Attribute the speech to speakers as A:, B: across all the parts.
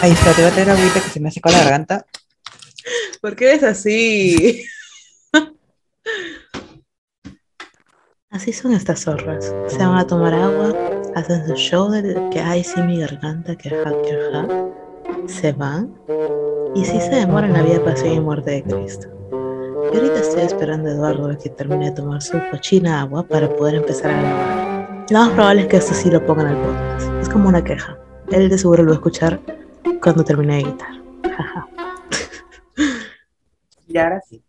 A: Ay, espera, te voy a traer agüita que se me secó la garganta.
B: ¿Por qué eres así? Así son estas zorras. Se van a tomar agua, hacen su show de que hay sí mi garganta, que ja, que ja. Se van y sí se demoran la vida, pasión y muerte de Cristo. Y ahorita estoy esperando a Eduardo a que termine de tomar su cochina agua para poder empezar a grabar. Lo más probable es que esto sí lo pongan al podcast. Es como una queja. Él de seguro lo va a escuchar cuando termine de editar. Jaja.
A: Y ahora sí.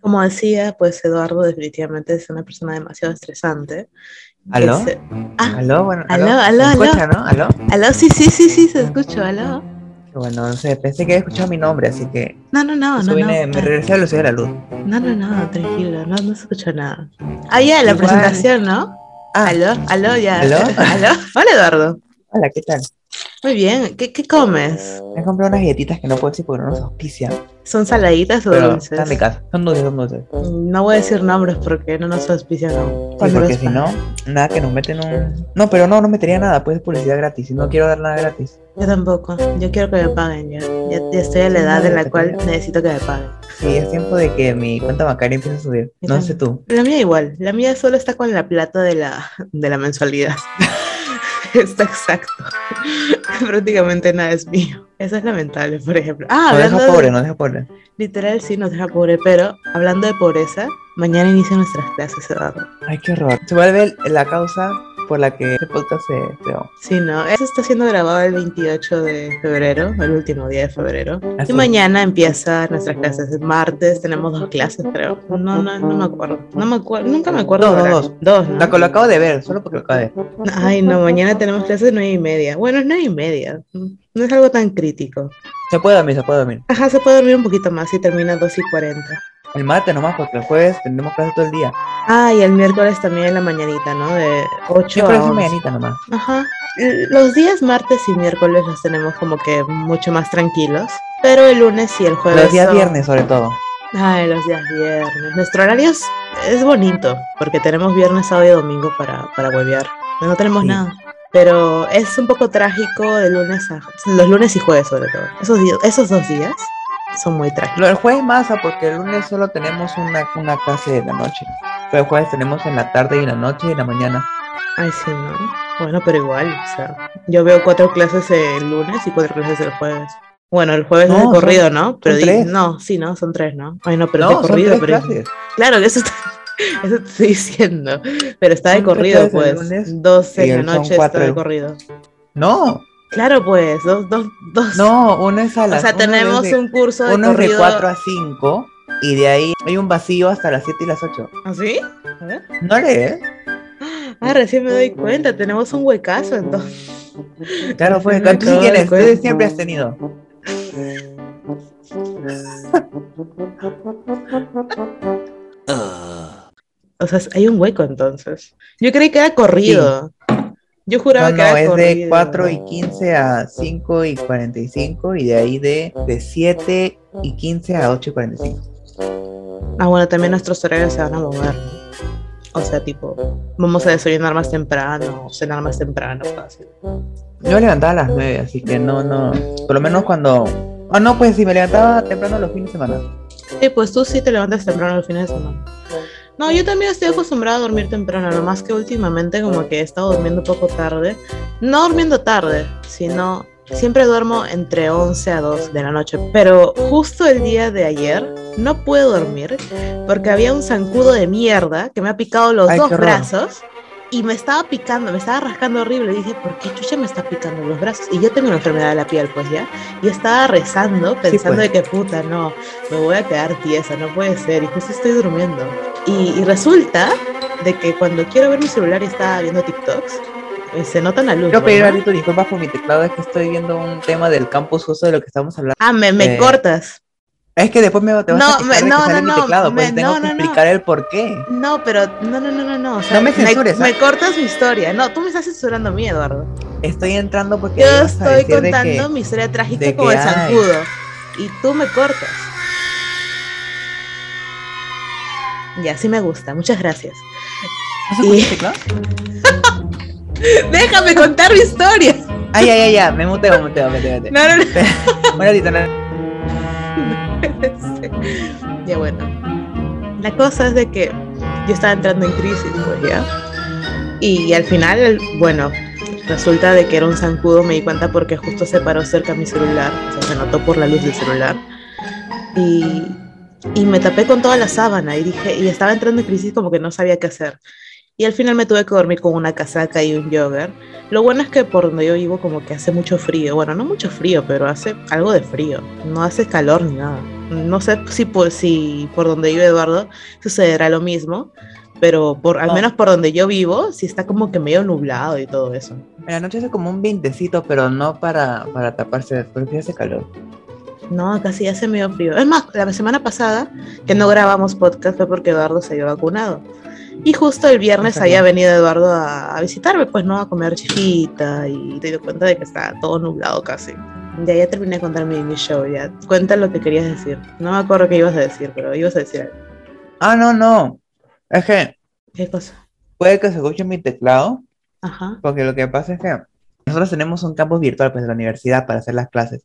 B: Como decía, pues Eduardo definitivamente es una persona demasiado estresante.
A: ¿Aló?
B: Que se- Ah.
A: ¿Aló? Bueno,
B: Aló,
A: ¿Se
B: aló, aló.
A: escucha, no? ¿Aló?
B: Aló, sí, sí, sí, sí, se escuchó, aló.
A: Qué Bueno, no sé, pensé que había escuchado mi nombre, así que
B: No, no, no,
A: eso
B: no, no.
A: vine- Pues, me regresé a la velocidad de la luz.
B: No, no, no, tranquilo, no, no se escuchó nada. Ah, ya, la
A: Igual.
B: presentación, ¿no?
A: Ah.
B: Aló, aló, ya.
A: ¿Aló?
B: ¿Aló? Hola, Eduardo.
A: Hola, ¿qué tal?
B: Muy bien, ¿qué, qué comes?
A: Me he comprado unas galletitas que no puedo decir porque no nos auspician,
B: ¿Son saladitas o
A: pero
B: dulces?
A: están de casa. Son dulces, son dulces.
B: No voy a decir nombres porque no nos auspician aún.
A: Sí, porque
B: Saludos
A: si
B: pa-
A: no, nada que nos meten un... No, pero no, no metería nada, pues publicidad gratis. Y no quiero dar nada gratis.
B: Yo tampoco, yo quiero que me paguen ya. Ya, ya estoy a la edad en la cual necesito que me paguen.
A: Sí, es tiempo de que mi cuenta bancaria empiece a subir.
B: Yo
A: No
B: también.
A: sé tú.
B: La mía igual, la mía solo está con la plata de la, de la mensualidad. está exacto. Prácticamente nada es mío. Eso es lamentable, por ejemplo. Ah,
A: No
B: hablando
A: deja
B: de-
A: pobre, no deja pobre.
B: literal sí nos deja pobre, pero hablando de pobreza, mañana inician nuestras clases, Eduardo.
A: Ay, qué horror. Se vuelve la causa por la que este podcast se creó.
B: Sí, no, eso está siendo grabado el 28 de febrero, el último día de febrero.
A: Así
B: Y
A: es.
B: mañana empiezan nuestras clases. El martes tenemos dos clases, creo. No, no, no me acuerdo. No me acuerdo, nunca me acuerdo.
A: Dos,
B: ahora.
A: dos, dos.
B: Dos, ¿no?
A: La que lo acabo de ver, solo porque lo acabo de ver.
B: Ay, no, mañana tenemos clases de nueve y media. Bueno, es nueve y media. No es algo tan crítico.
A: Se puede dormir, se puede dormir.
B: Ajá, se puede dormir un poquito más y termina dos y cuarenta.
A: El martes nomás, porque el jueves tenemos clase todo el día.
B: Ah, y el miércoles también en la mañanita, ¿no? De ocho
A: Siempre es
B: a once.
A: mañanita nomás.
B: Ajá. L- Los días martes y miércoles los tenemos como que mucho más tranquilos. Pero el lunes y el jueves.
A: Los días
B: son-
A: viernes, sobre todo.
B: Ay, los días viernes. Nuestro horario es, es bonito, porque tenemos viernes, sábado y domingo para, para huevear. No tenemos
A: Sí.
B: nada. Pero es un poco trágico de lunes a... Los lunes y jueves, sobre todo. Esos, días, esos dos días son muy trágicos.
A: Lo- El jueves masa, porque el lunes solo tenemos una, una clase de la noche. Pero el jueves tenemos en la tarde y en la noche y en la mañana.
B: Ay, sí, ¿no? Bueno, pero igual, o sea... Yo veo cuatro clases el lunes y cuatro clases el jueves. Bueno, el jueves
A: No,
B: es de
A: son-
B: corrido, ¿no? Pero di-
A: tres.
B: no, sí, no, son tres, ¿no? Ay, no, pero es
A: no,
B: de
A: son
B: corrido,
A: tres
B: pero
A: clases.
B: Claro, eso, está- eso te estoy diciendo. Pero está de
A: Son tres
B: corrido,
A: clases el
B: pues.
A: lunes
B: Dos
A: y
B: en la
A: el- son
B: noche está
A: cuatro
B: de
A: el-
B: corrido.
A: No,
B: Claro, pues, dos, dos, dos.
A: no, uno es a
B: o
A: las
B: sea,
A: uno es
B: tenemos
A: de-
B: un curso de
A: Uno es de
B: corrido.
A: 4 a 5 y de ahí hay un vacío hasta las 7 y las 8.
B: ¿Así? A ver.
A: No lees.
B: Ah, recién me doy cuenta, tenemos un huecazo entonces.
A: Claro, pues, fue.
B: Me
A: Tú sí
B: acabo de
A: tienes, tú
B: acordar.
A: siempre has tenido.
B: O sea, hay un hueco entonces. Yo creí que era corrido. Yo
A: No,
B: juraba que
A: no,
B: era
A: es
B: corrido.
A: de 4 y 15 a 5 y 45 y de ahí de, de 7 y 15 a 8 y 45.
B: Ah, bueno, también nuestros horarios se van a mover. O sea, tipo, vamos a desayunar más temprano, cenar más temprano, fácil.
A: Yo me levantaba a las 9, así que no, no. Por lo menos cuando... Ah, no, pues si me levantaba temprano los fines de semana.
B: Sí, pues tú sí te levantas temprano los fines de semana. No, yo también estoy acostumbrada a dormir temprano, nomás que últimamente como que he estado durmiendo poco tarde. No durmiendo tarde, sino siempre duermo entre 11 a 2 de la noche. Pero justo el día de ayer no pude dormir porque había un zancudo de mierda que me ha picado los
A: Ay,
B: dos
A: qué horror.
B: brazos. Y me estaba picando, me estaba rascando horrible. Y dije, ¿por qué chucha me está picando los brazos? Y yo tengo una enfermedad de la piel, pues ya. Y estaba rezando, pensando
A: pues.
B: de que puta, no, me voy a quedar tiesa, no puede ser, y justo estoy durmiendo. Y, y resulta de que cuando quiero ver mi celular y estaba viendo TikToks, eh, se nota la luz.
A: Quiero pedir
B: ¿no?
A: ahorita disculpas por mi teclado, es que estoy viendo un tema del campus justo de lo que estamos hablando.
B: Ah, me, me
A: Eh,
B: cortas.
A: Es que después me te vas
B: No,
A: a quejar
B: me-
A: de que
B: no,
A: sale
B: no,
A: mi
B: no,
A: teclado, pues
B: me-
A: tengo
B: no,
A: que
B: no, no.
A: explicar el por qué.
B: No, pero no, no, no, no, no. o sea,
A: No me censures, ¿ah?
B: Me, cortas mi historia. No, tú me estás censurando a mí, Eduardo.
A: Estoy entrando porque
B: Yo
A: ibas a
B: estoy
A: decir de
B: contando
A: que
B: mi historia trágica
A: de
B: como
A: que
B: el
A: hay.
B: zancudo. Y tú me cortas. Y así me gusta. Muchas gracias.
A: ¿No se escucha el teclado?
B: Déjame contar mi historia.
A: Ay, ay, ay, ya, me muteo, muteo, muteo, muteo.
B: No, no, no.
A: Bueno, ahorita no.
B: Sí. ya bueno. La cosa es de que yo estaba entrando en crisis, pues ya. Y al final, el- bueno, resulta de que era un zancudo, me di cuenta porque justo se paró cerca a mi celular, o sea, se notó por la luz del celular. Y, y me tapé con toda la sábana y dije, y estaba entrando en crisis como que no sabía qué hacer. Y al final me tuve que dormir con una casaca y un jogger. Lo bueno es que por donde yo vivo como que hace mucho frío. Bueno, no mucho frío, pero hace algo de frío. No hace calor ni nada. No sé si por, si por donde vive Eduardo sucederá lo mismo, pero por, al
A: No.
B: menos por donde yo vivo sí está como que medio nublado y todo eso.
A: En la noche hace como un vintecito, pero no para, para taparse, porque hace calor.
B: No, casi hace medio frío. Es más, la semana pasada que no grabamos podcast fue porque Eduardo se había vacunado. Y justo el viernes
A: Ajá.
B: había venido Eduardo a, a visitarme, pues no, a comer chiquita y te dio cuenta de que estaba todo nublado casi. Ya, ya terminé de contar mi, mi show, ya. Cuenta lo que querías decir. No me acuerdo qué ibas a decir, pero ibas a decir algo.
A: Ah, no, no. Es que
B: ¿Qué cosa?
A: puede que se escuche mi teclado,
B: Ajá.
A: porque lo que pasa es que nosotros tenemos un campus virtual pues, de la universidad para hacer las clases.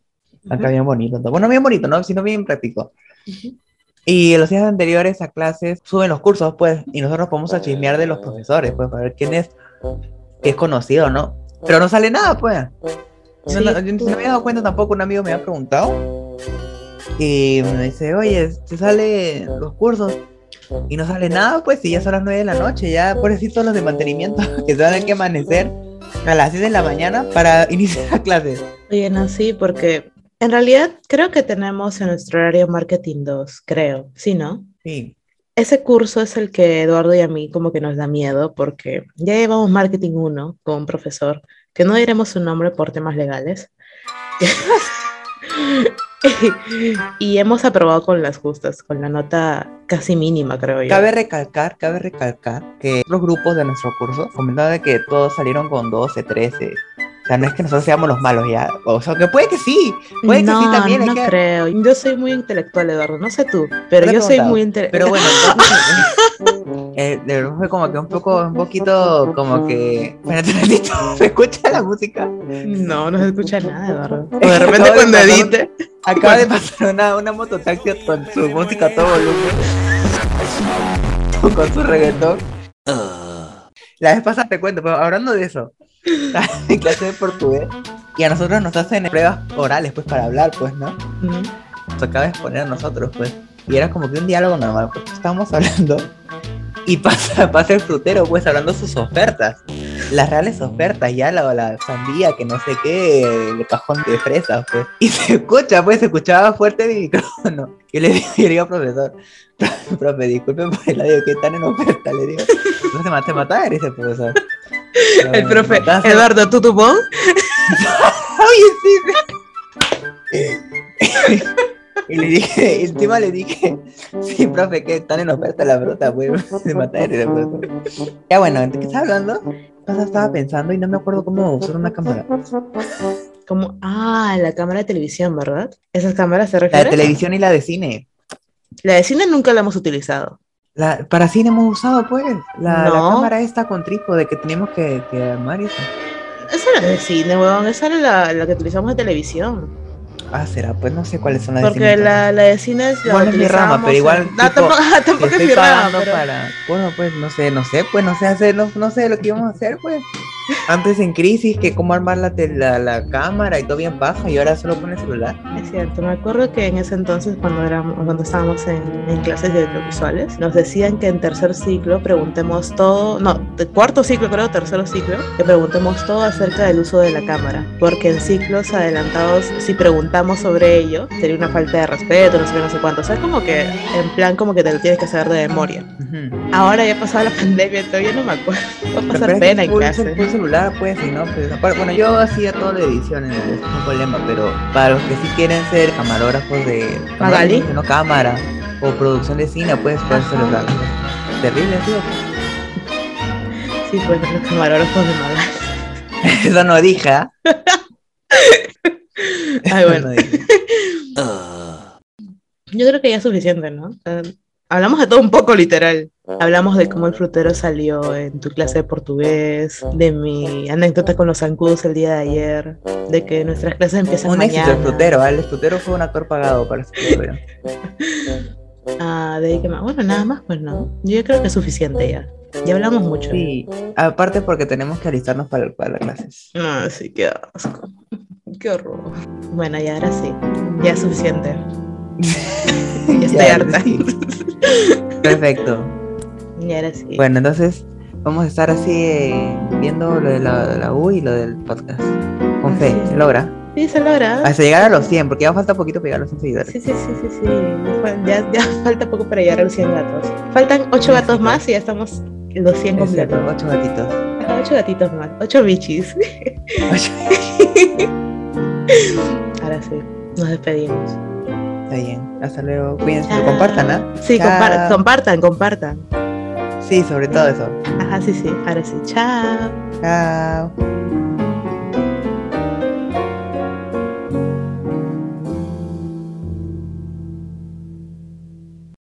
A: Acá bien bonito. todo. Bueno, bien bonito, ¿no? Sino bien práctico.
B: Ujú.
A: Y los días anteriores a clases suben los cursos, pues, y nosotros podemos a chismear de los profesores, pues, para ver quién es, que es conocido, ¿no? Pero no sale nada, pues. Yo
B: Sí. pues.
A: No, yo no me había dado cuenta tampoco, un amigo me había preguntado. Y me dice, oye, ¿te sale los cursos? Y no sale nada, pues, y ya son las 9 de la noche, ya pobrecitos los de mantenimiento, que se van a tener que amanecer a las 6 de la mañana para iniciar la clase.
B: Oye, no, sí, porque en realidad creo que tenemos en nuestro horario Marketing 2, creo. ¿Sí, no?
A: Sí,
B: Ese curso es el que Eduardo y a mí como que nos da miedo porque ya llevamos Marketing 1 con un profesor, que no diremos su nombre por temas legales, y hemos aprobado con las justas, con la nota casi mínima, creo yo.
A: cabe recalcar, cabe recalcar que los grupos de nuestro curso comentaron de que todos salieron con 12, 13. O sea, no es que nosotros seamos los malos ya. O sea, que puede que sí. puede que sí
B: no,
A: también, hay
B: no
A: que-
B: creo. Yo soy muy intelectual, Eduardo, no sé tú, pero
A: No te he
B: yo soy
A: preguntado,
B: muy intelectual.
A: Pero bueno, entonces, eh, de verdad fue como que un poco, un poquito como que. Espérate un ratito, ¿se escucha la música?
B: No, no se escucha nada, Eduardo. O
A: Acabo
B: de repente
A: de
B: cuando
A: pasar-
B: edite.
A: Acaba de pasar una, una mototaxi con su música a todo volumen. Con su reggaetón. La vez pasada te cuento, pero hablando de eso, estaba en clase de portugués y a nosotros nos hacen pruebas orales, pues para hablar, pues, ¿no?
B: Ujú.
A: nos acaba de exponer a nosotros, pues. Y era como que un diálogo normal, pues estábamos hablando y pasa, pasa el frutero, pues, hablando sus ofertas. Las reales ofertas, ya la, la sandía, que no sé qué, el cajón de fresas, pues. Y se escucha, pues, se escuchaba fuerte mi micrófono. Yo le digo, yo le digo al profesor, profe, disculpe por el audio que están en oferta, le digo. No se mate matar, dice el profesor.
B: El
A: Mm.
B: profe,
A: Entonces-
B: Eduardo Tutubón.
A: Oye, sí. Y le dije, y encima le dije, sí, profe, que están en oferta la fruta, güey. Se mata de risa, pues. Ya bueno, ¿de qué estaba hablando? Entonces estaba pensando y no me acuerdo cómo usar una cámara.
B: Como, ah, la cámara de televisión, ¿verdad? ¿Esas cámaras se
A: La de
B: refieren?
A: televisión y la de cine.
B: La de cine nunca la hemos utilizado.
A: La, para cine hemos usado, pues, la, la
B: No.
A: cámara esta con trípode que tenemos que, que armar eso.
B: Esa era de cine, weón. Esa era la, la que utilizamos de televisión.
A: Ah, será, pues no sé cuáles son las de
B: Porque
A: cine.
B: la, la de cine es la
A: Igual
B: que
A: es mi rama,
B: utilizábamos
A: pero
B: en-
A: igual,
B: No,
A: tipo,
B: tampoco,
A: Que
B: tampoco es
A: estoy
B: mi rama.
A: pagando
B: pero-
A: para. Bueno, pues no sé, no sé, pues no sé hacer, no, no sé lo que íbamos a hacer, pues. Antes en crisis, que cómo armar la, tel- la, la cámara y todo bien baja, y ahora solo pone el celular.
B: Es cierto, me acuerdo que en ese entonces, cuando, éramos, cuando estábamos en, en clases de audiovisuales, nos decían que en tercer ciclo preguntemos todo, no, de cuarto ciclo creo, tercero ciclo, que preguntemos todo acerca del uso de la cámara, porque en ciclos adelantados, si preguntamos sobre ello, sería una falta de respeto, no sé qué, no sé cuánto, o sea, como que en plan como que te lo tienes que saber de memoria.
A: Ujú.
B: Ahora ya ha pasado la pandemia, todavía no me acuerdo, va a
A: Pero
B: pasar
A: es que
B: pena en
A: full-
B: clase.
A: full celular, pues, y no, pues, aparte- bueno, yo hacía toda la edición en el no hay problema, pero para los que sí quieren ser camarógrafos de.
B: Magali.
A: No, cámara, o producción de cine, pues, para el
B: Ajá.
A: celular. Terrible, tío.
B: Sí, pues los camarógrafos de Magal.
A: Eso no dije, ¿ah?
B: Ay,
A: Eso
B: bueno.
A: no dije.
B: Yo creo que ya es suficiente, ¿no? O sea, hablamos de todo un poco literal. Hablamos de cómo el frutero salió en tu clase de portugués, de mi anécdota con los zancudos el día de ayer, de que nuestras clases empiezan
A: Un éxito
B: mañana.
A: el frutero, ¿vale? El frutero fue un actor pagado para este programa.
B: Ah, de ahí que más. Bueno, nada más, pues no. Yo creo que es suficiente ya. Ya hablamos mucho.
A: Sí, aparte porque tenemos que alistarnos para, para las clases.
B: No, Ah, sí, qué asco. Qué horror. Bueno, y ahora sí. Ya es suficiente. ya estoy
A: Ya,
B: harta.
A: sí. Perfecto.
B: y ahora sí.
A: Bueno, entonces vamos a estar así eh, viendo lo de la, de la U y lo del podcast. Con fe,
B: Así es.
A: se logra.
B: Sí, se logra.
A: Hasta llegar a los 100, porque ya falta poquito para llegar a los 100 seguidores.
B: Sí, sí, sí, sí, sí. Fal- Ya, ya falta poco para llegar a los 100 gatos. Faltan 8 gatos más y ya estamos en los 100
A: Es cierto,
B: completos.
A: ocho gatitos.
B: 8 gatitos más. 8 bichis.
A: Ocho.
B: Ahora sí. Nos despedimos.
A: Está bien. Hasta luego. Cuídense.
B: Chao.
A: Compartan, ¿ah?
B: Sí,
A: Chao.
B: compar- compartan, compartan.
A: Sí, sobre todo eso.
B: Ajá, sí, sí. Ahora sí. Chao.
A: Chao.